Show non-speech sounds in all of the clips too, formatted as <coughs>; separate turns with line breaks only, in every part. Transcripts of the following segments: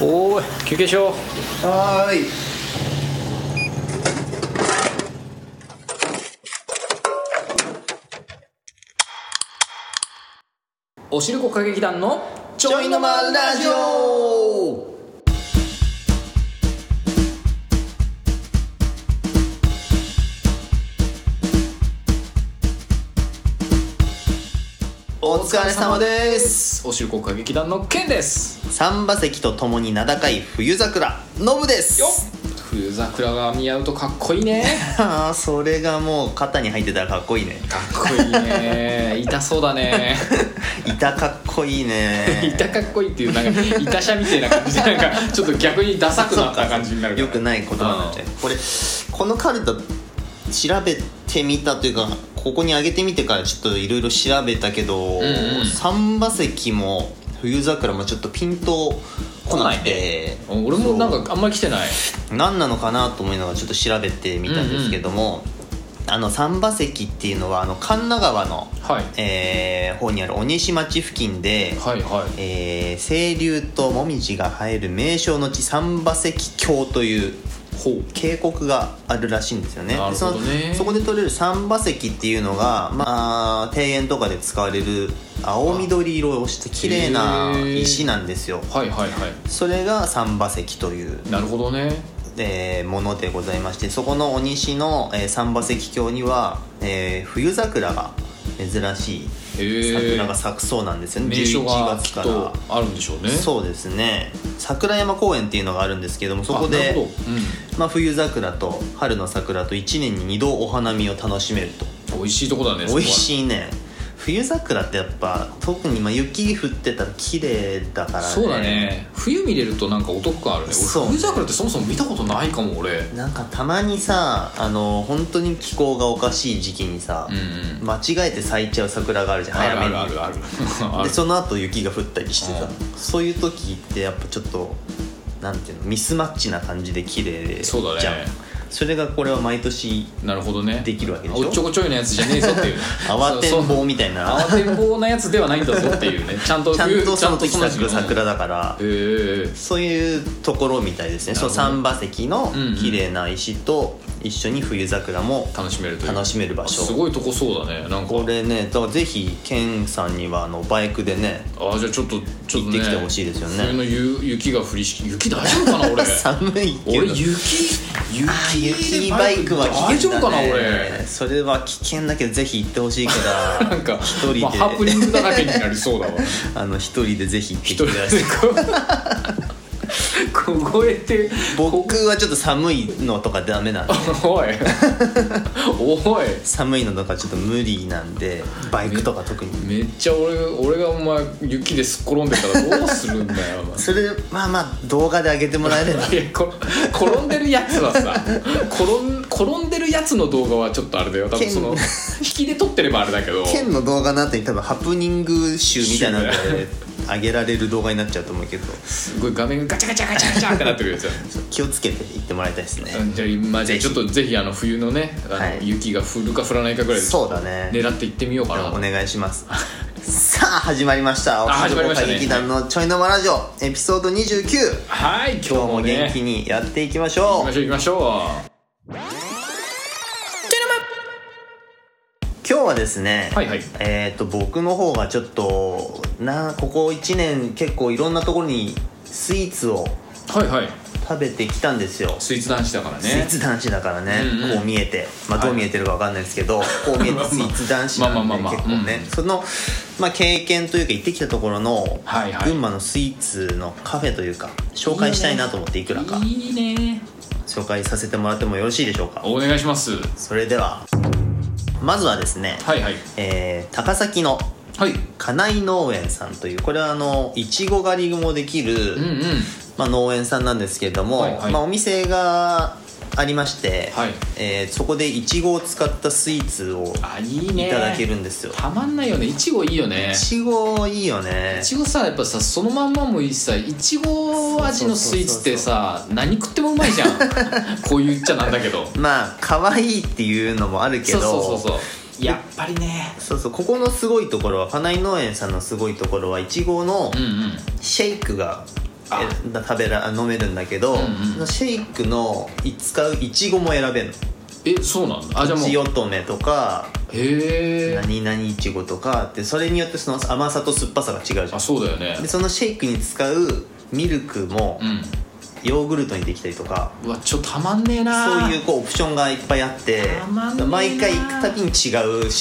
おーい休憩しよう
はーい
おしるこ歌劇団のち
ちょいのまラジオお疲れ様です
おしるこ歌劇団のケンです
三馬石とともに名高い冬桜ノブです
よっ冬桜が似合うとかっこいいね
<laughs> ああそれがもう肩に入ってたらかっこいいね <laughs>
かっこいいね痛そうだね
板かっこいい
<laughs>
ね
痛かっこいいっていうなんか痛車みたいな感じでなんかちょっと逆にダサくなった感じになる
よくない言葉になっちゃうこれこのカルタ調べてみたというかここに上げてみてからちょっといろいろ調べたけど、
んうん
三馬石も冬桜もちょっとピンとこなくて
うん俺もなんかあんまり来てない
何なのかなと思いながらちょっと調べてみたんですけども、あの三馬石っていうのはあの神奈川の、
はい
えー方にある鬼志町付近で、
はいはい
えー清流と紅葉が生える名勝の地三馬石峡という
ほう
渓谷があるらしいんですよね
なるほどね
でそのそこで取れる三馬石っていうのが、まあ、庭園とかで使われる青緑色をして綺麗な石なんですよ
はいはいはい
それが三馬石という、
なるほどね
えーものでございましてそこの鬼西の、えー三馬石峡には、えー冬桜が珍しい
へえ
桜が咲くそうなんですよね、
名所が
11
き
月
っ
から
とあるんでしょうねう
そうですね桜山公園っていうのがあるんですけどもそこ
なる
で
ほど、う
まあ、冬桜と春の桜と1年に2度お花見を楽しめると
ん、美味しいとこだね
美味
い
しいね冬桜ってやっぱ特にまあ雪降ってたら綺麗だからね
そうだね冬見れるとなんかお得感あるね
そう
俺冬桜ってそもそも見たことないかも俺
なんかたまにさあの本当に気候がおかしい時期にさ、
うんうん
間違えて咲いちゃう桜があるじゃん
あ
早
る
め
あ
に
るあるあるあ
で
る
その後雪が降ったりしてさ、
う
そういう時ってやっぱちょっとなんていうのミスマッチな感じで綺麗で
そうだね
じゃんそれがこれは毎年
なるほどね
できるわけでしょ
おっちょこちょいのやつじゃねえぞっていう
<laughs> 慌てん
そうそ
ぼ
う
うみたいな
慌てんぼうなやつではないんだぞって
<laughs>
いうねちゃんと
ちゃん
冬
とその時
ちゃんと
咲く
時の
桜だから
へえ
そういうところみたいですね
な
そ
るほ
の
ど
三馬石の
うんうん
綺麗な石と一緒に冬桜も
楽しめるという
楽しめる場
す
所
ごいとこそうだねなんか
これねだからぜひケンさんにはあのバイクでね
ああじゃあちょっとちょっと、ね、
行ってきてほしいですよね
冬のゆ雪が降りし雪大丈夫かな
<laughs>
俺
寒いけど
俺雪
あー雪バイクは危
大丈
険
夫
だ、ね、
かな俺
それは危険だけどぜひ行ってほしいから <laughs>
なんか
一人で、
まあ、ハプニングだらけになりそうだわ
あの一人でぜひ行って
一人
きて
で
ください
こう凍えて
<laughs> 僕はちょっと寒いのとかダメなんで
おいおい
寒いのとかちょっと無理なんでバイクとか特に
めっちゃ俺俺がお前雪ですっ転んでたらどうするんだよお前
それまあまあ動画で上げてもらえ
<laughs>
れば
いやこ転んでるやつはさ転ん転んでるやつの動画はちょっとあれだよ多分その引
剣
きで撮ってればあれだけど
県の動画の後に多分ハプニング集みたいなので上げられる動画になっちゃうと思うけど
すごい画面がガチャガチャガチャガチャってなってるやつ
気をつけて行ってもらいたいですね
じゃあ今じゃあちょっとぜひあの冬のねあの、
はい
雪が降るか降らないかぐらいで
そうだね
狙っていってみようかな
お願いしますさあ始まりました「おか
始まりましたね
劇団のちょいのまラジオ」エピソード29
はい今日
今
も
日も
ね
元気にやっていきまし
行き
ょう
ましょう行きましょう
今日はですね、
はいはい
えっ、と僕の方がちょっとなここ1年結構いろんなところにスイーツを
はいはい
食べてきたんですよ
スイーツ男子だから
スイー
ね
ツ男子だからね、
うんうん
こう見えて、まあ、どう見えてるかわかんないですけど、こう見え
<laughs>
てスイーツ男子なんで
まあまあまあまあ
結構ね、
うん
その、まあ、経験というか行ってきたところの、
はいはい
群馬のスイーツのカフェというか紹介したいなと思っていくらか
いいね
紹介させてもらってもよろしいでしょうか
お願いします
それではまずはですね、
はいはい
えー高崎の
はい
金井農園さんというこれはあのいちご狩りもできる、
うんうん
まあ、農園さんなんですけれども、
はいはい
まあ、お店がありまして、
はい
えーそこでいちごを使ったスイーツを
あいい
い
ね
ただけるんですよ
たまんないよねいちごいいよね
いちごいいよね
いちごさやっぱさそのまんまもいいしさいちご味のスイーツってさ何食ってもうまいじ
<laughs>
ゃんこう言っちゃなんだけど
まあ可愛いっていうのもあるけ
そ
ど
うそうそうそうやっぱりね
そうそうここのすごいところは金井農園さんのすごいところはいちごの
うんうん
シェイクが
あ
えだ食べら飲めるんだけど、
んうん
シェイクの使ういちごも選べるの
えそうなんだあじゃあ
と
もう
ちおとめとか
へえ
何々いちごとかってそれによってその甘さと酸っぱさが違うじゃ
あそうだよね
んでそのシェイクに使うミルクも
う
ヨーグルトにできたりとか、
んうわちょたまんねえな
そういうこうオプションがいっぱいあって
たまんねえな
毎回行くたびに違うシ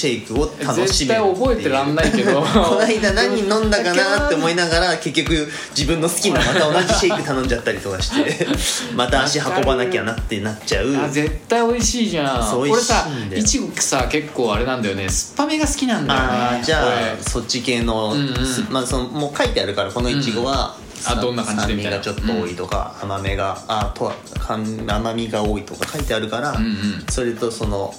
ェイクを楽し
絶
め
対
るっていう
覚えてらんないけどこ
<laughs> この間何飲んだかなって思いながら結局自分の好きなまた同じシェイク頼んじゃったりとかして
<laughs>
また足運ばなきゃなってなっちゃう
あ絶対美味しいじゃん
そう
俺さ
美味しいんだよ
いちごさ結構あれなんだよね酸っぱめが好きなんだよね
あーじゃあ
俺
そっち系の,
う
す、
んうん
まあ、そのもう書いてあるからこのいちごは、
あどんな感じで
酸
み
味
たい
が
な
ちょっと多いとか、甘めがあとは甘甘みが多いとか書いてあるから、
んうん
それとその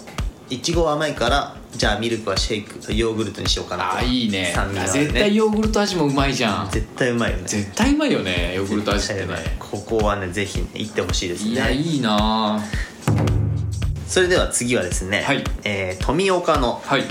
いちごは甘いからじゃあミルクはシェイクヨーグルトにしようかなと
あいいね
酸味があ
あ
るね
絶対ヨーグルト味もうまいじゃん
絶対うまいよね
絶対うまいよねヨーグルト味ってね
ここはねぜひね行ってほしいです
いや
ね
いいな
それでは次はですね、
はい
えー富岡の
はい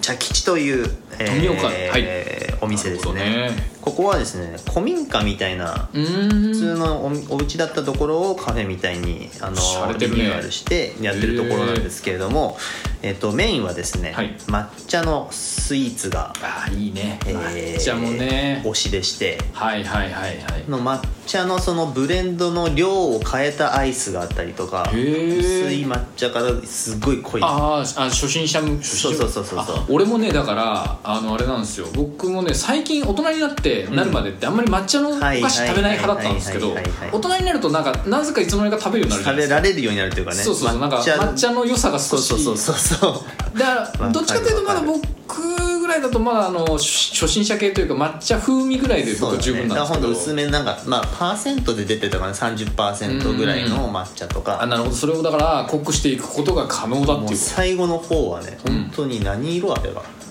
茶吉という、えー
富岡はい
お店です
なる
ね
ほどね
ここはですね古民家みたいな
うーん
普通のおお家だったところをカフェみたいにあの
洒落て
リ
るね
ニューアルしてやってるところなんですけれども、えっとメインはですね、
はい
抹茶のスイーツが、
あいいね
えー
抹茶もね
推しでして
はいはいはいはい
の抹茶のそのブレンドの量を変えたアイスがあったりとか
へ
薄
ー
い抹茶からすごい濃い
あーあ初心者向初心者
そうそうそうそうそう
あ俺もねだからあのあれなんですよ僕もね最近大人になってなるまでってあんまり抹茶のお
はい
菓子食べない派だったんですけど
はいはいはいはい
大人になるとなんかなぜかいつの間にか食べるようになるじゃないで
食べ
すから
れるようになるというかね
そうそうそうなんか抹茶の良さが
そ
少
う
し
そうそうそうそう
だから
わかる
どっちかというとまだ
わかる
僕ぐらいだとまだあのし初心者系というか抹茶風味ぐらいで
そう
僕
だ
は十
ね
分
だ
な
か
ん
ら
です
ほ
け
ん
ど
と薄めなんかまあパーセントで出てたかな30%ぐらいの抹茶と
あ
か
なるほどそれをだから濃くしていくことが可能だってい
もう
うこ
最後の方はね
ん
本当に何色あればもう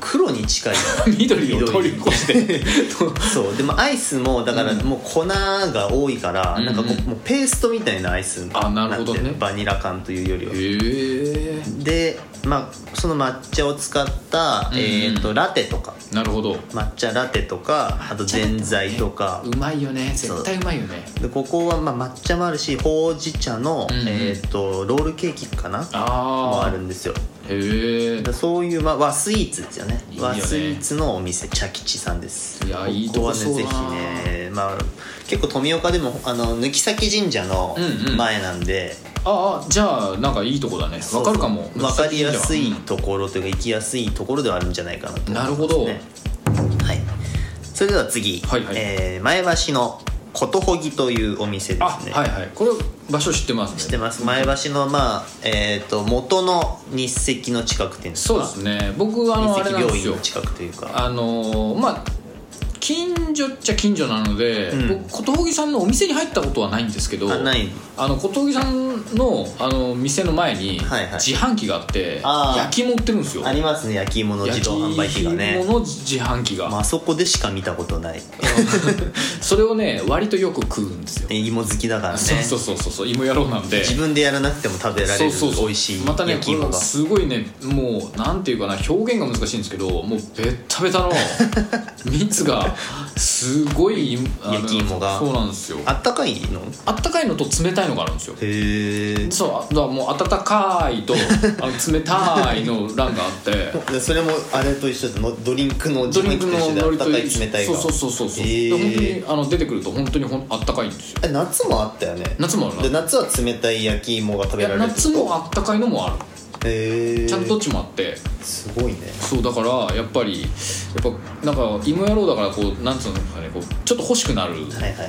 黒に近い
と <laughs> 緑を通り越して
そうでもアイスもだからもう粉が多いから
うん
なんかこうもうペーストみたいなアイスに
あなる
っ
ほ
て
どね
るバニラ感というよりは
へえ
でまあその抹茶を使った
うんうん
えーとラテとか
なるほど
抹茶ラテとかあとぜんざいとか
うまいよね
そ
絶
う
対うまいよね
でここはまあ抹茶もあるしほうじ茶の、
うんうん
えー、とロールケーキかなもあ
あ
るんですよ
あへえ
だそういう、まあ、和スイーツですよね
いいよね
和スイーツのお店茶吉さんです
いやいいと
こ
こ
はね
そう
ぜ
だな
ひね、まあ、結構富岡でもあの貫先神社の
うんうん
前なんで、
ああじゃあなんかいいとこだねわかるかも
分かりやす
う
い
ん
ところというか行きやすいところではあるんじゃないかなと思いま
な
す、ね、
るほど
はいそれでは次、
はいはい
えー前橋のことほぎというお店で
あ
すね
はいはいこれ場所知ってますね
知ってます前橋のまあえっ、と元の日赤の近くっていうんですか
そうですね僕はあのあ
日
れ
赤
なんで
病
す
院
よ
の近くというか
あのーまあ近所っちゃ近所なので、
うん
僕小峠さんのお店に入ったことはないんですけど
あない
あの小峠さんのあの店の前に
はいはい
自販機があって、
あー
焼き芋売ってるんですよ
ありますね焼き芋の自動販売機が
焼
ね
き、芋の自販機が、
まあそこでしか見たことない
<laughs> それをね割とよく食うんですよ、
芋好きだからね
そうそうそうそうそう芋野郎なんで
自分でやらなくても食べられる
そうそうそう
美味しい
またね
焼き芋が、
これすごいねもうなんていうかな表現が難しいんですけどもうベッタベタ
<laughs>
の蜜がすごいあの
焼き芋が
そうなんですよ
あったかいの
あったかいのと冷たいのがあるんですよ
へえ
そうあだからもう温かいとあの冷たいの欄があって
それもあれと一緒でのドリンクの
ド
自
リ
分
ンク
と一緒であ
の
っ
り
た
と
かい冷たいが
そうそうそうそうそう、
へ
で
え
本当にあの出てくると本当にほんあったかいんですよ
え夏もあったよね
夏もあるな
で夏は冷たい焼き芋が食
い
べら
や
れるってこと
夏もあったかいのもある
へえ
ちゃんとどっちもあって
すごいね
そうだからやっぱりやっぱなんか芋野郎だからこうなんつうんですかねこうちょっと欲しくなるんで
はいはいはい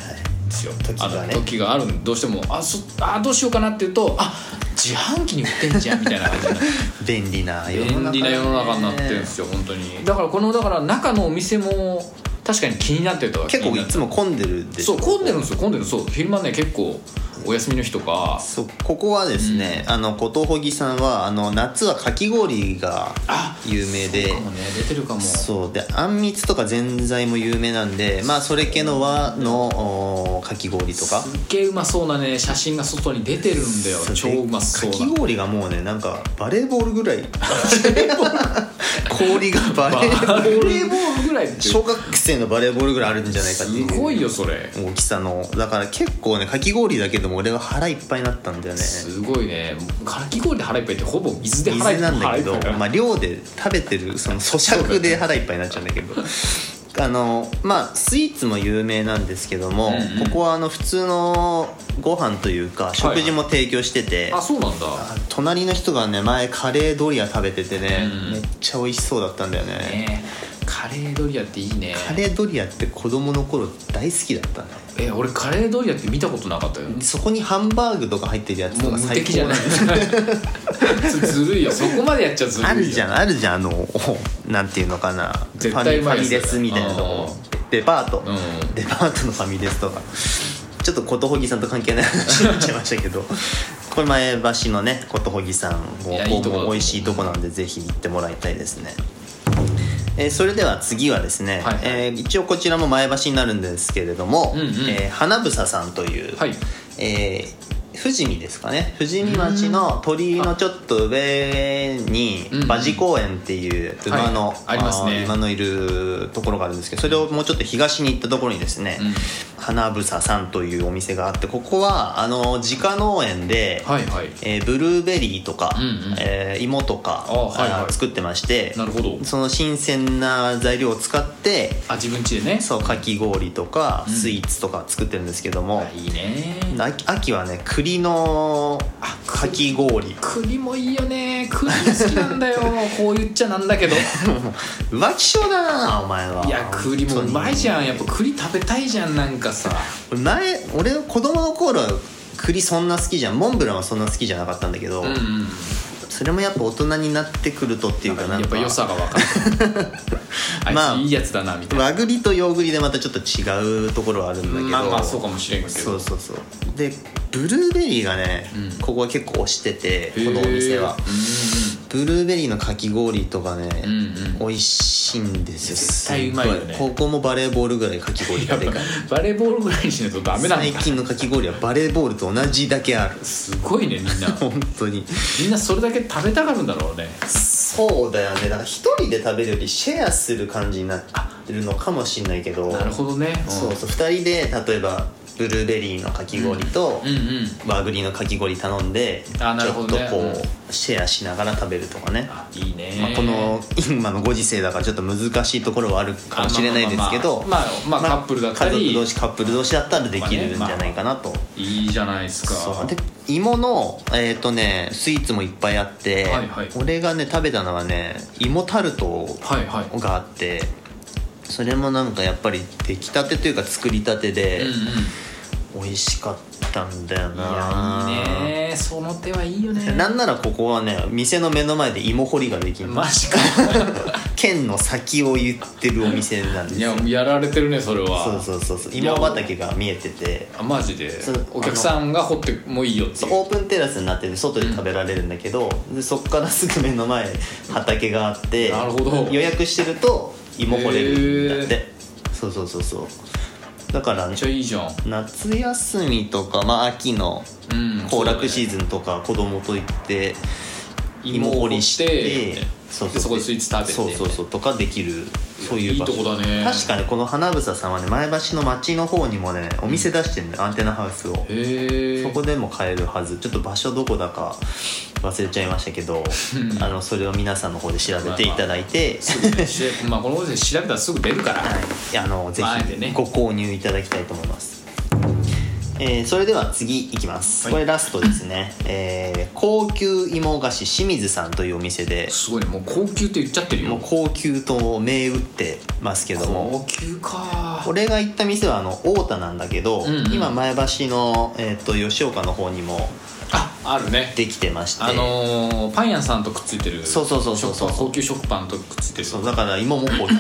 すよ
時がね
あの時があるんでどうしてもあそあどうしようかなっていうとあ自販機に売ってんじゃんみたいな感じになって
便利な <laughs> 世の
便
中
利な世の中になってるんですよ本当にだからこのだから中のお店も確かに気になってるとは
結構
気に
い
なる
つも混んでるでし
そ
ょ
う混んでるんですよ混んでるそう昼間ね結構お休みの日とか
そうここはですね、あのことほぎさんはあの夏はかき氷が
あ
有名で
そうかもね出てるかも
そうであんみつとかぜんざいも有名なんでまあそれ系の和のおのかき氷とか
すっげえうまそうなね写真が外に出てるんだよ
そう
超うまそう
で
な
かき氷がもうねなんかバレーボールぐらい <laughs> 氷がバレーボ
バレ
ール
ーボールぐらいって
小学生のバレーボールぐらいあるんじゃないかってい
す
う
ごいよそれ
大きさのだから結構ねかき氷だけでも俺は腹いっぱいになったんだよね
すごいねかき氷で腹いっぱいってほぼ水で腹い
水
っぱ
ないんだけど
腹いっぱい
まあ量で食べてるその咀嚼で腹いっぱいになっちゃうんだけどあのまあスイーツも有名なんですけども、
うんうん
ここはあの普通のご飯というか食事も提供してて、
あそうなんだ
あ隣の人がね前カレードリア食べててね、
うん
めっちゃ美味しそうだったんだよね
ねカレードリアっていいね
カレードリアって子供の頃大好きだったね
え俺カレードリアって見たことなかったよ
そこにハンバーグとか入ってるやつ
も
と
う
か
無
最
敵じゃ
高
ない <laughs> ずるいよそこまでやっちゃずるいよ
あるじゃんあるじゃんあの <laughs> おなんていうのかな
絶対う
フ
ま
ァミフ
い
ァ
やつ
ミ
だ
レスみたいなとこデパート、
うん
デパートのファミレスとかちょっとことほぎさんと関係ない話になっちゃいましたけどこれ前橋のねことほぎさんも
いやいいとこだと思う
美味しいとこなんでぜひ行ってもらいたいですねえーそれでは次はですね、
はい
えー一応こちらも前橋になるんですけれども、
うんうん
えー花房さんという、
はい
えー富士見ですかね富士見町の鳥居のちょっと上に
うん
馬事公園っていう馬の、
はいありますね
の馬のいるところがあるんですけどそれをもうちょっと東に行ったところにですね、
うん
花房さんというお店があってここはあの自家農園で、
はいはい
えーブルーベリーとか、
うんうん
えー芋とか
あはいはい
あー作ってまして
なるほど
その新鮮な材料を使って
あ自分家でね
そうかき氷とか
うん
スイーツとか作ってるんですけども、
いいね
秋秋はね栗の
あ
かき <laughs> 氷
栗もいいよね栗好きなんだよ <laughs> こう言っちゃなんだけど
浮気症だなお前はい
や栗もうまいじゃんやっぱ栗食べたいじゃんなんかさ
ゃん前俺の子供の頃は栗そんな好きじゃんモンブランはそんな好きじゃなかったんだけど、
うんうん
それもやっぱ大人になってくるとっていうかなん
やっ
か
ぱ良さが分か <laughs> るあいつ、
まあ
いいやつだなみたいな
和栗と洋栗でまたちょっと違うところはあるんだけど、
まあまあそうかもしれんけど
そうそうそうでブルーベリーがね、
うん
ここは結構推してて
へー
このお店は
う
ブルーベリーのかき氷とか
ん
ね、
うんうん
美味しいんですよ
絶対うまいよね
すっご高校もバレーボールぐらいかき氷
や
が
っ
でかい
ぱバレーボールぐらいにしないとダメなん
最
だ
近のかき氷はバレーボールと同じだ
<laughs>
けある
すごいねみんな
本当に
みんなそれだけ食べたがるんだろうね
そうだよねだから一人で食べるよりシェアする感じになってるのかもしんないけど
なるほどね
そうそう2人で例えばブルーベリーのかき氷と、
うんうん
和栗のかき氷頼んでちょ
あなるほ
っ
ど
と
ね
こうシェアしながら食べるとかね
あいいね、
まあ、この今のご時世だからちょっと難しいところはあるかもしれないですけど
あまあまあまあまあまあカップルだったり
家族同士カップル同士だったらできるんじゃないかなと、
いいじゃないですか
そうで芋のえっ、とねスイーツもいっぱいあって、
はいはい
俺がね食べたのはね芋タルト
はいはい
があって、それもなんかやっぱり出来たてというか作りたてで
うんうん
美味しかったんだよ
いや
ない
いねその手はいいよね
<laughs> なんならここはね店の目の前で芋掘りができる
マジか
剣の先を言ってるお店なんで
い
す
や
よ
やられてるねそれは
そうそうそうそう芋畑が見えてて
あマジで
そう
お客さんが掘ってもいいよって
そう
いう
オープンテラスになってて外で食べられるんだけど、でそっからすぐ目の前畑があって
なるほど
予約してると芋掘れるんだって、
へ
そうそうそうそうだから
めっちゃいいじゃん
夏休みとか、まあ、秋の
うん
行楽シー
ン
ズンとか子供と行って芋掘りして
そうだねでそこでスイーツ食べて
そうそうそうとかできるそういう場所
いいとこだね
確かにこの花房さんはね前橋の町の方にもねお店出してるんだよアンテナハウスを
へえ
そこでも買えるはずちょっと場所どこだか忘れちゃいましたけどあのそれを皆さんの方で調べていただいて、
すぐねしまあこのお店調べたらすぐ出るから
はい、あのぜ
前でね
ひご購入いただきたいと思います、えーそれでは次いきます、
はい
これラストですね、えー高級芋菓子清水さんというお店です
ごいねもう高級って言っちゃってる
もう
よ
高級と銘打ってますけども
高級か
俺が行った店はあの太田なんだけど、
うんうん
今前橋の、えー、と吉岡の方にも
ああるね
できてまして、
あのーパン屋さんとくっついてる
そうそうそうそうそう
食パン高級食パンとくっついてる
そうだから芋も高級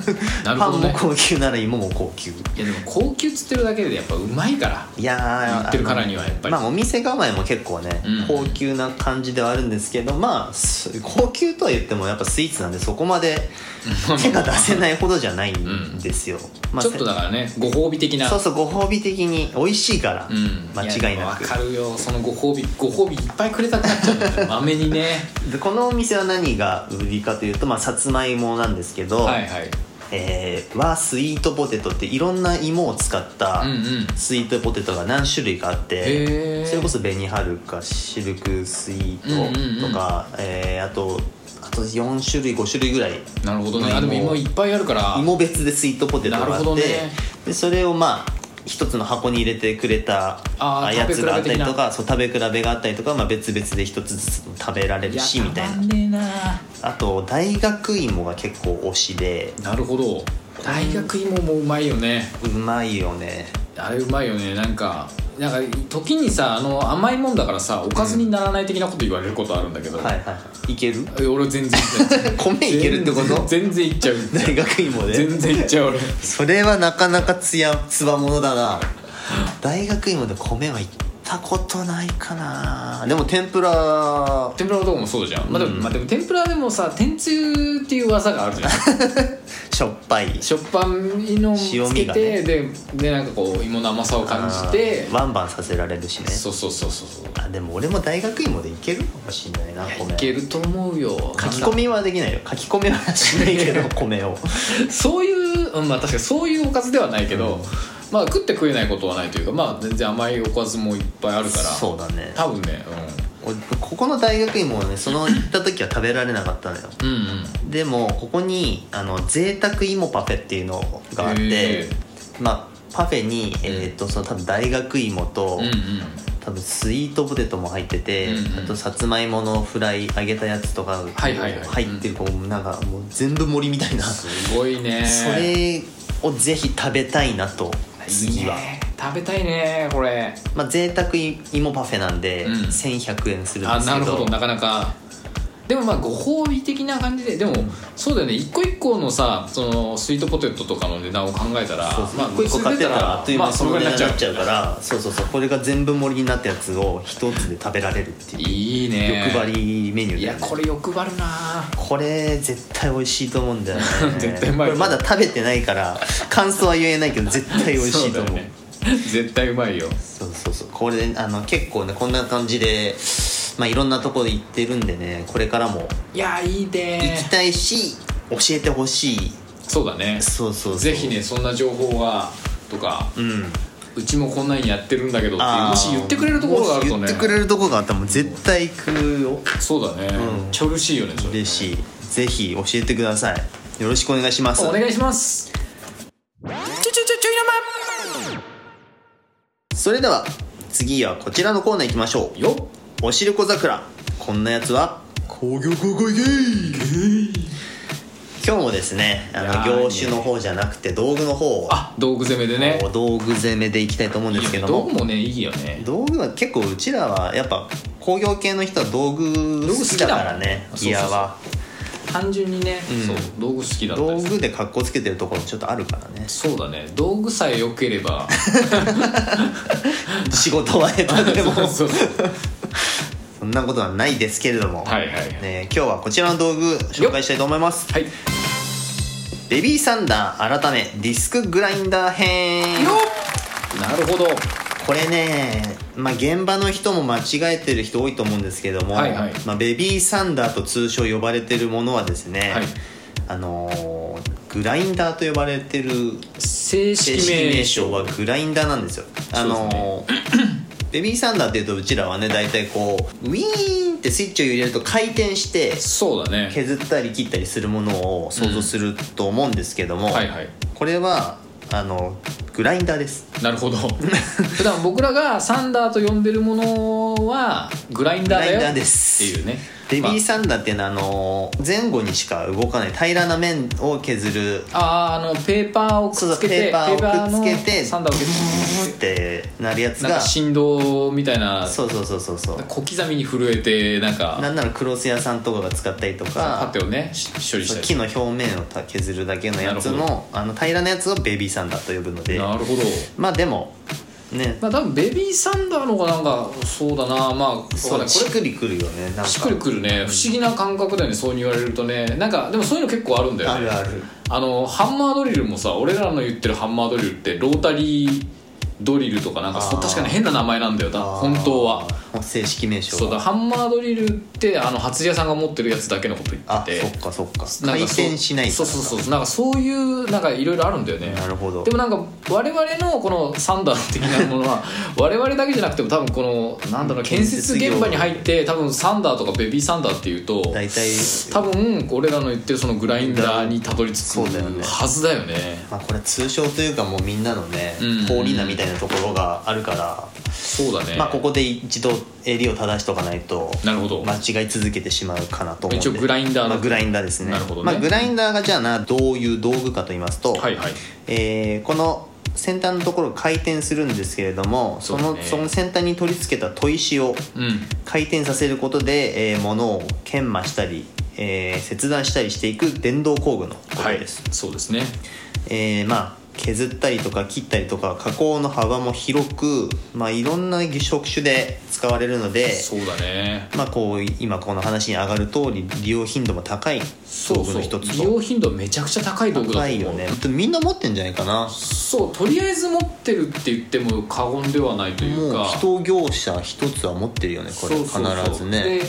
<laughs> なる
パ
ほど
ンも
ね
高級なら芋も高級
いやでも高級っつってるだけでやっぱうまいから
いやー
言ってるからにはやっぱり
まあお店構えも結構ね、
うん
高級な感じではあるんですけどまあす高級とは言ってもやっぱスイーツなんでそこまで手が出せないほどじゃないんですよ、まあ
ちょっとだからねご褒美的な
そうそうご褒美的に美味しいから、
うん
間違いなく
やでもわかるよそのご褒美ご褒美いっぱいくれたくなっちゃうん
<laughs>
だよまめにね
でこのお店は何が売りかというと、まあ、さつまいもなんですけど、
はいはい
えーはスイートポテトっていろんな芋を使った
うんうん
スイートポテトが何種類かあって、
へえ
それこそ紅はるかシルクスイートとか、えーあとあと4種類5種類ぐらい
なるほどね
芋
あでも芋いっぱいあるから
芋別でスイートポテトが
な
あ
る
っ
ほど
て、
ね
でそれをまあ一つの箱に入れてくれた
あー
あやつがあったりとかそう食べ比べがあったりとか、まあ、別々で一つずつ食べられるしみたい
や
な
たまんねえな
あと大学芋が結構推しで
なるほど大学芋もうまいよね
うまいよね
あれうまいよねなんかなんか時にさあの甘いもんだからさおかずにならない的なこと言われることあるんだけど、
はいはいいける
え俺全然
米いけるってこと
全然いっちゃう
大学芋で
全然いっちゃう
<laughs>
俺
それはなかなかつやつわものだな大学芋で米はいったことないかなでも天ぷら
天ぷらのとこもそうじゃん、まあでも
うん
まあ、でも天ぷらでもさ天つゆっていう技がある
<laughs>
じゃん
しょっぱい
食パンの
塩
つけて、
味がね
ででなんかこう芋の甘さを感じて
あーワンバンさせられるしね
そうそうそうそうそう
あでも俺も大学芋でいけるかもしんないない
や
米
いけると思うよ
書き込みはできないよ書き込みはしない
<laughs>
けど米を
そういう、うんまあ、確かにそういうおかずではないけど、まあ、食って食えないことはないというか、まあ、全然甘いおかずもいっぱいあるから
そうだね
多分ね、
俺ここの大学芋はねその行った時は食べられなかったのよ
うん、うんうん
でもここにあの贅沢芋パフェっていうのがあって、
へ
まあパフェに、えーっとその多分大学芋と、
うんうん
多分スイートポテトも入ってて、
うんうん
あとさつまいものフライ揚げたやつとか
はいはいはい
入ってるこうなんかもう全部盛りみたいな、
すごいね
それをぜひ食べたいなと
いい
次は。
ね食べたいねこれ
まあ、贅沢芋パフェなんで、
うん
1100円するんで
あ
すけど
なるほどなかなかでもまあご褒美的な感じででもそうだよね一個一個のさそのスイートポテトとかの値段を考えたら
そうそう
まあ
一個一個買ってたらあっという間
まあ
に
そ
そ
の
の
ぐら
値
いに
段
なっ
に
ち
な
ゃう
っちゃうからそうそうそうこれが全部盛りになったやつを一つで食べられるっていう
いいね
欲張りメニュー
い
だよ
や
ね
これ欲張るな
これ絶対美味しいと思うんだよね
<laughs> 絶対うまい
これまだ食べてないから感想は言えないけど絶対美味しいと
そうだよ
思う
ね絶対うまいよ
そう,、そうそうこれあの結構ねこんな感じでまあいろんなとこで行ってるんでねこれからも
いやいい
行
ね
きたいし教えてほしい
そうだね
そうそうそう
ぜひねそんな情報がとか
うん
うちもこんなんやってるんだけどって
あー
もし言ってくれるところがあると
も
ね
し言ってくれるところがあったらもう絶対行くよ
そうだね、
う
めっ
ん
ちゃ嬉しいよねそれ
嬉しいぜひ教えてくださいよろしくお願いします
お願いします
それでは次はこちらのコーナー行きましょう
よっ
おしるこ桜こんなやつは工業高校イ今日もですねあ
いや
の
ー
業種の方じゃなくて道具の方を
あ道具攻めでね
お道具攻めでいきたいと思うんですけど
道
も
具もねいいよね
道具は結構うちらはやっぱ工業系の人は道
道
具
具
好
好き
き
だ
だ
もん
からね
そうそうそう
ギアは
単純にね、
うん
そう道具好きだった
道
りする
具で格好つけてるところちょっとあるからね
そうだね道具さえ良ければ
仕事は下手でも
<laughs> そうそうそう
そんなことはないですけれども、
はいはいはい、
ね、今日はこちらの道具紹介したいと思います
はい、よ
ベビーサンダー改めディスクグラインダー編
っなるほど
これね、まあ、現場の人も間違えてる人多いと思うんですけども、
はいはい
まあ、ベビーサンダーと通称呼ばれてるものはですね、
はい
あのーグラインダーと呼ばれてる
正
正
式
式
名
名称はグラインダーなんですよあのー
<coughs>
ベビーサンダーっていうとうちらはね大体こうウィーンってスイッチを入れると回転して
そうだね
削ったり切ったりするものを想像すると思うんですけども、
はいはい
これはあのグラインダーです
なるほど普段僕らがサンダーと呼んでるものはグラインダーだよ
グラインダー
っ
です
ていうね
ベビーサンダーっていうのはあの前後にしか動かない平らな面を削る
あーあのペーパーをくっつけて
そうそうペーパーをくっつけ
ペーパ
て
ーのサンダーを削っ
ってなるやつ
てなん
が
か振動みたいな
そうそうそうそうそう
小刻みに震えてなん
な
か
んならクロス屋さんとかが使ったりとか
縦をねし処理し
そう
たり
木の表面を削るだけのやつ
なる
のあの平らなやつをベビーサンダーと呼ぶので
なるほど
まあでもね
まあ多分ベビーサンダーの方がなんかそうだなまあわかんない
そう
こ
し
れ
っくりくるよねなんか
しっくりくるね不思議な感覚だよねそう言われるとねなんかでもそういうの結構あるんだよ
あ
ね
るある
あのハンマードリルもさ俺らの言ってるハンマードリルってロータリードリルとかなんかそう
あー
確かに変な名前なんだよだ本当は
あー正式名称
そうだハンマードリルってあの発屋さんが持ってるやつだけのこと言
あ
ってて
そっかそっか
なん
回
かそう
転しない
そうそうそうなんかそういうなんかいろいろあるんだよね
なるほど
でもなんか我々のこのサンダー的なもの
<laughs>
は我々だけじゃなくても多分このなんだろう建設現場に入って多分サンダーとかベビーサンダーっていうと
大体
多分俺らの言ってるそのグラインダーにたどり着く
そうだよね
はずだよね
まあこれ通称というかもうみんなのね
うん
通り名みたいなところがあるから
そうだね
まあここで一度襟を正しとかないと
なるほど、
間違い続けてしまうかなと思うん
一
で
応グラインダーの
まあ、グラインダーですね
なるほどね
まあ、グラインダーがじゃあなどういう道具かと言いますと、
はいはい
えーこの先端のところ回転するんですけれどもそ
そ
の
うですね
その先端に取り付けた砥石を
うん
回転させることで、えー物を研磨したり、えー切断したりしていく電動工具のこと
はい
です、
そうですね
えーまあ削ったりとか切ったりとか加工の幅も広く、まあ、いろんな職種で使われるので
そうだね
まあ、こう今この話に上がる通り利用頻度も高い道具の一つ
利
と
用頻度めちゃくちゃ高い道具だと
高
思う
いよねみんな持ってんじゃないかな
そうとりあえず持ってるって言っても過言ではないという
もう
か
人業者一つは持ってるよねこれ
そうそうそう
必ずね
で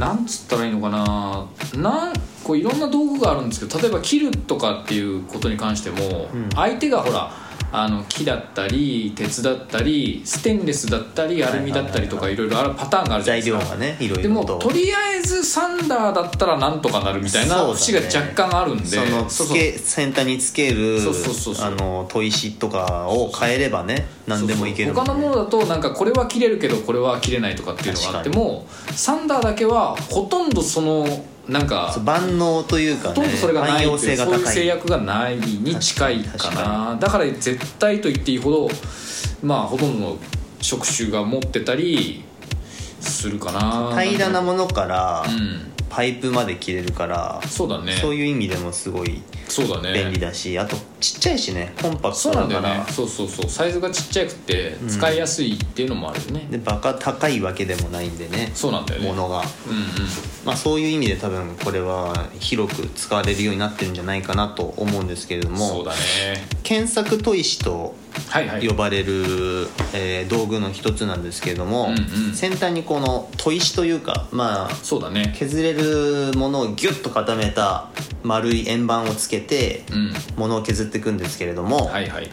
なんつったらいいのかななんこういろんな道具があるんですけど例えば切るとかっていうことに関しても、
うん
相手がほらあの木だったり鉄だったりステンレスだったり
は
ア
いはい
ルミだったりとかいろいろあるパターンがあるじゃな
材
いですか
料がねいろい
で
ろ
も
と
とりあえずサンダーだったらなんとかなるみたいな
そうだね
節が若干あるんで
その
そう
つ
そう
け先端につける
そうそうそうそう
あの砥石とかを変えればね何でもいける
そうそう他のものだとなんかこれは切れるけどこれは切れないとかっていうのがあってもサンダーだけはほとんどそのなんか
そう万能というか
ほ
ね
とんどそれがな
汎
い
用
とい
性
う
が
そういう
高
制
い
約がないに近いか
確か
なだから絶対と言っていいほどまあほとんどの職種が持ってたりするかな
平らなものから
うん
パイプまで切れるから
そうだね
そういう意味でもすごい
そうだね
便利だしあとちっちゃいしねコンパク
そ
ト
うなんだ
だか
よね
ら
そうそうそうサイズがちっちゃくて使いやすいっていうのもあるよね、
でバカ高いわけでもないんでね
そうなんだよね
ものが
うんうん
まあそういう意味で多分これは広く使われるようになってるんじゃないかなと思うんですけれど
そう
も
だね
検索砥石と
はいはい
呼ばれる、えー道具の一つなんですけれど
う
も、
んうん
先端にこの砥石というかまあ
そうだね
削れるものをギュッと固めた丸い円盤をつけて
うん
ものを削っていくんですけれども、
はいはい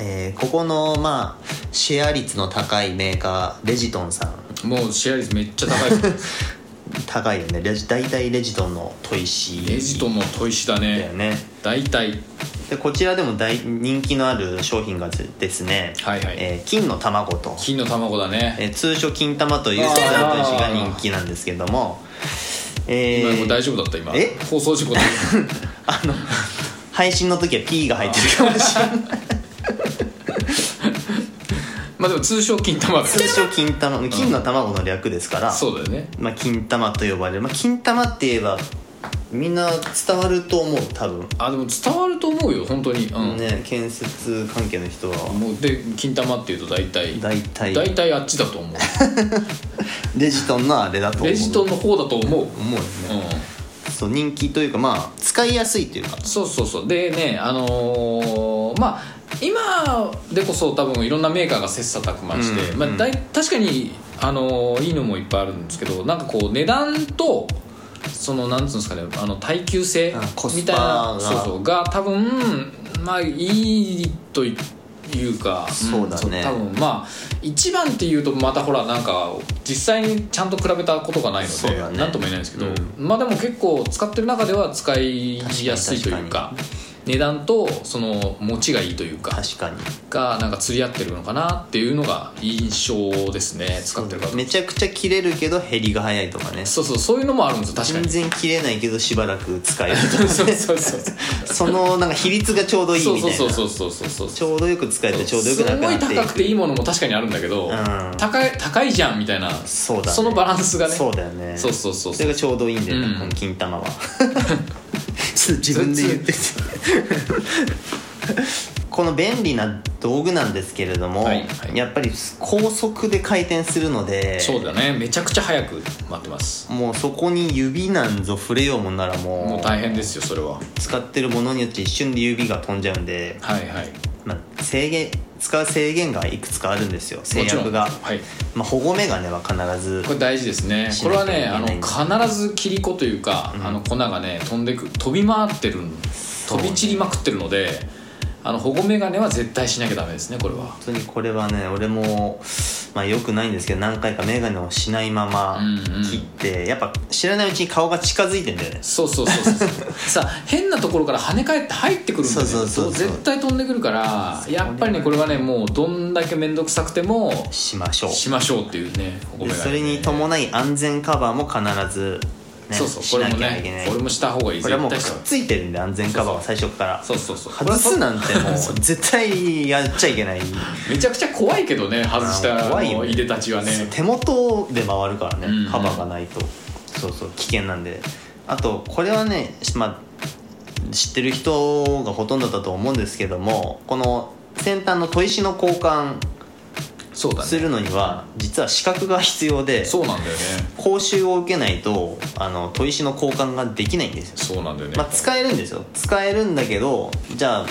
えーここのまあシェア率の高いメーカーレジトンさん
もうシェア率めっちゃ高いです
<laughs> 高いよねレジ大体レジトンの砥石
レジトンの砥石だ
だ
ね
よね
大体
でこちらでも大人気のある商品がですね、
はいはい
えー金の卵と、
金の卵だね
えー通称金玉という
あー
小さな砥石が人気なんですけどもえ
今もう
ー、
大丈夫だった今
え
放送
<laughs>
事故だ
あの配信の時は P が入ってるかもしれない
まあでも通称金玉だよ
通称金玉金の卵の略ですから、
そうだよね
まあ、金玉と呼ばれる、まあ、金玉って言えばみんな伝わると思う多分、
あでも伝わると思うよ本当にうん、
ね建設関係の人は
もうで金玉っていうと大体
大体
大体あっちだと
<laughs>
思
レジトンのあれだと
う
思う
レジトンの方だと思う、う
思うよね、
ん
そう人気というかまあ使いやすいというか
そうそうそうでねあのーまあ今でこそ多分いろんなメーカーが切磋琢磨して、
うん
まあ、だい確かに、あのーいいのもいっぱいあるんですけどなんかこう値段とそのなんつうんですかねあの耐久性
うんコス
みたいな
パが
そうそうが多分まあいいというか、ん
そうだね
多分まあ一番っていうとまたほらなんか実際にちゃんと比べたことがない
そうだ
の
ね
で何、なんとも言えないんですけど、
うん
まあでも結構使ってる中では使いやすいというか値段とその持ちがいいというか
確かに
がなんか釣り合ってるのかなっていうのが印象ですね使ってる方
めちゃくちゃ切れるけど減りが早いとかね
そうそうそういうのもあるんですよ確か
全
に
然切れないけどしばらく使えると
<laughs> そうそうそうそう
<laughs> そのなんか比率がちょうどいいみたいな
そうそうそうそうそう
ちょうどよく使えてちょうどよく
す
なく
ご
ないってい
高くていいものも確かにあるんだけど、
うん
高い高いじゃんみたいな
そうだね
のバランスがね
そうだよね
そうそうそう
そ
そう
れがちょうどいいんだよね、
うん
この金
<laughs>
玉はちょっと自分で言っててこの便利な道具なんですけれども、
はいはい
やっぱり高速で回転するので
そうだねめちゃくちゃ早く待ってます
もうそこに指なんぞ触れようもんならもう
もう大変ですよそれは
使ってるものによって一瞬で指が飛んじゃうんで、
はいはい
まあ、制限使う制限がいくつかあるんですよ制
もちろ
約
ん
が、
はい
まあ、保護メガネは必ず
これ大事ですね
し
こ
な
れ
きゃ
はねあ
い
の
けない
必ず切り子というか、あの粉がね飛んでく飛び回ってる
う
飛び散りまくってるのであの保護メガネは絶対しなきゃダメですねこれは
本当にこれはね俺もまあ良くないんですけど何回かメガネをしないまま
うんうん
切って、やっぱ知らないうちに顔が近づいてんだよね
そうそうそうそう
<laughs>
さ変なところから跳ね返って入ってくるんで、ね、
そうそうそうそう
絶対飛んでくるからやっぱりねこれはねもうどんだけ面倒くさくても
しましょう
しましょうっていうね保護
で
メガネね
それに伴い安全カバーも必ず、ね、
そうそう
し
これ
な
も
きゃいけな
ね
い
これもした方がいい
これはもうく
絶
っ
対した
ついてるんで安全カバーは最初から
そうそうそう
外すなんてもう絶対やっちゃいけない
めちゃくちゃ怖いけどね外し
あ
た
怖いよね
いでたちはね
手元で回るからね、
うんうん
カバーがないとそうそう危険なんであとこれはね、しまあ、知ってる人がほとんどだと思うんですけどもこの先端の砥石の交換
そうだ
す
ね
るのには実は資格が必要で
そうなんだよね
講習を受けないとあの砥石の交換ができないんですよ
そうなんだよね、
まあ、使えるんですよ使えるんだけどじゃあ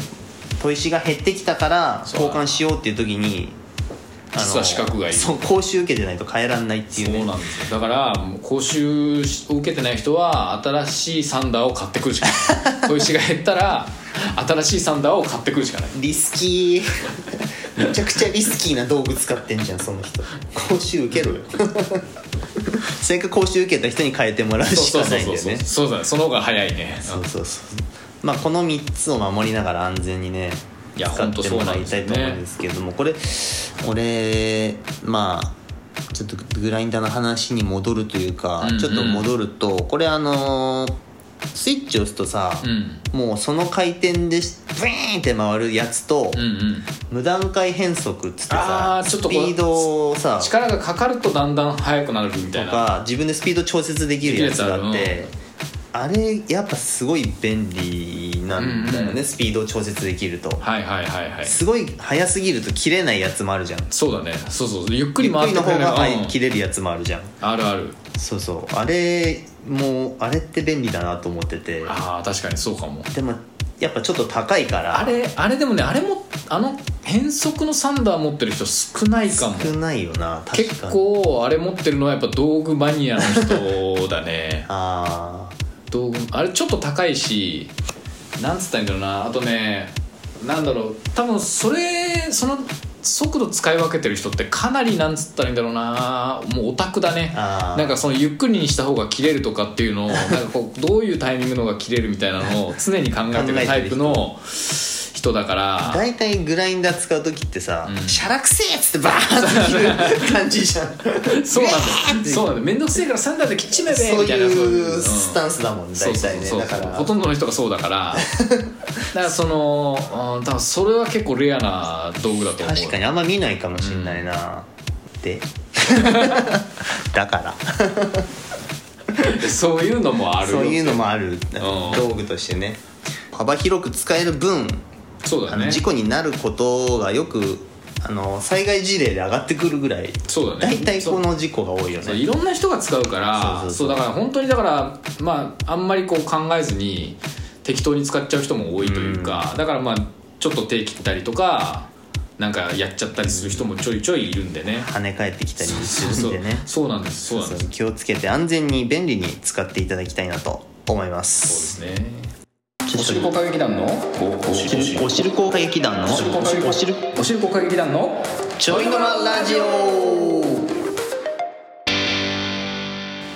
砥石が減ってきたから
そう
交換しようっていう時にあの
実は資格がいる
そう講習受けてないと変えらんないっていう
そう
ね
なんですよだからもう講習を受けてない人は新しいサンダーを買ってくるしか
<laughs>
ない砥石が減ったら新しいサンダーを買ってくるしかない
リスキーめちゃくちゃリスキーな道具使ってんじゃんその人講習受けろよせっかく講習受けた人に変えてもらうし
そう
か
そ
な
う
いん
そ
だ
うそう
よね
そうだねその方が早いね
そうそうそうまあこの3つを守りながら安全にね
いや
使ってもらいたいと思うんですけども、これ俺まあちょっとグラインダーの話に戻るというか、
うんうん
ちょっと戻るとこれあのースイッチ押すとさ、
うん
もうその回転でしブイーンって回るやつと、
うんうん
無段階変速っつって
あー
さ
ちょ
ス
っとこ
ピ
う
ードをさ
力がかかるとだんだん速くなるみたい
と
な
か自分でスピード調節できるやつがあっ
できる
て、あれやっぱすごい便利なんだよね、
うんうん
スピードを調節できると、
はいはいはいはい
すごい速すぎると切れないやつもあるじゃん
そうだねそうそうゆっく
ゆ
り
っく
回っ
り
て
の
く
方
れ
が、
ば
はい
うん
切れるやつもあるじゃん
あるある
そうそうあれもうあれって便利だなと思ってて
ああ確かにそうかも
でもやっぱちょっと高いから
あれあれでもねあれもあの変速のサンダー持ってる人少ないかも
少ないよな確
結
かに
構あれ持ってるのはやっぱ道具マニアの人だ <laughs> ね
ああ
道具あれちょっと高いしなんつったらいいんだろうなあとねなんだろう多分それその速度使い分けてる人ってかなりなんつったらいいんだろうなもうオタクだね
あー
なんかそのゆっくりにした方が切れるとかっていう <laughs> のをなんかこうどういうタイミングの方が切れるみたいなのを常に考えてるタイプの人だから
大体グラインダー使う時ってさ
うん
「しゃらくせえ!」っつってバーンって切る感じじゃん
<laughs> そうなん
う
だ
わー
よそうなんだよ面倒くせえからサンダーで切っちまえべ
そう
みたいなそう
い
いう
うスタンスだもんね大体ね
そうそ
だ
うそ
か
う
ら
ほとんどの人がそうだから
<laughs>
だからその、うん、多分それは結構レアな道具だと思う
確かにあんま見ないかもしんないな、
<laughs>
でだから
そういうのもあるよ
そういうのもある道具としてね幅広く使える分
そう
あ
だ
の
ね
事故になることがよくあの災害事例で上がってくるぐらい
そうだね
大体この事故が多いよ
そう
ね
いろんな人が使うから
そ
そうう
そうそう
だから本当にだからまああんまりこう考えずに適当に使っちゃう人も多いというか、だからまあちょっと手切ったりとかなんかやっちゃったりする人もちょいちょいいるんでね
跳ね返ってきたりす
そ
るん
う
でね
そうなんですそうなんです
そう気をつけて安全に便利に使っていただきたいなと思います
そうですね。おしるこ歌劇団のおし
おしるこ歌劇団のおしるこ
おしるこ歌劇団の
ちょいのらラジオ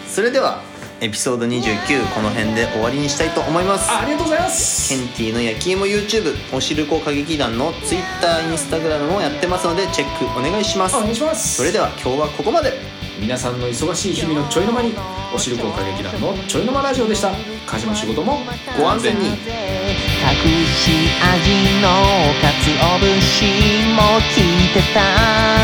それではエピソード29この辺で終わりにしたいと思います
あありがとうございま
ケ
す
ンティーの焼き芋 YouTube おしるこ歌劇団の TwitterInstagram もやってますのでチェックお願いします
お願いします
それでは今日はここまで
皆さんの忙しい日々のちょいの間におしるこ歌劇団のちょいの間ラジオでした家事も仕事もご安全に
隠し味の鰹節も聞いてた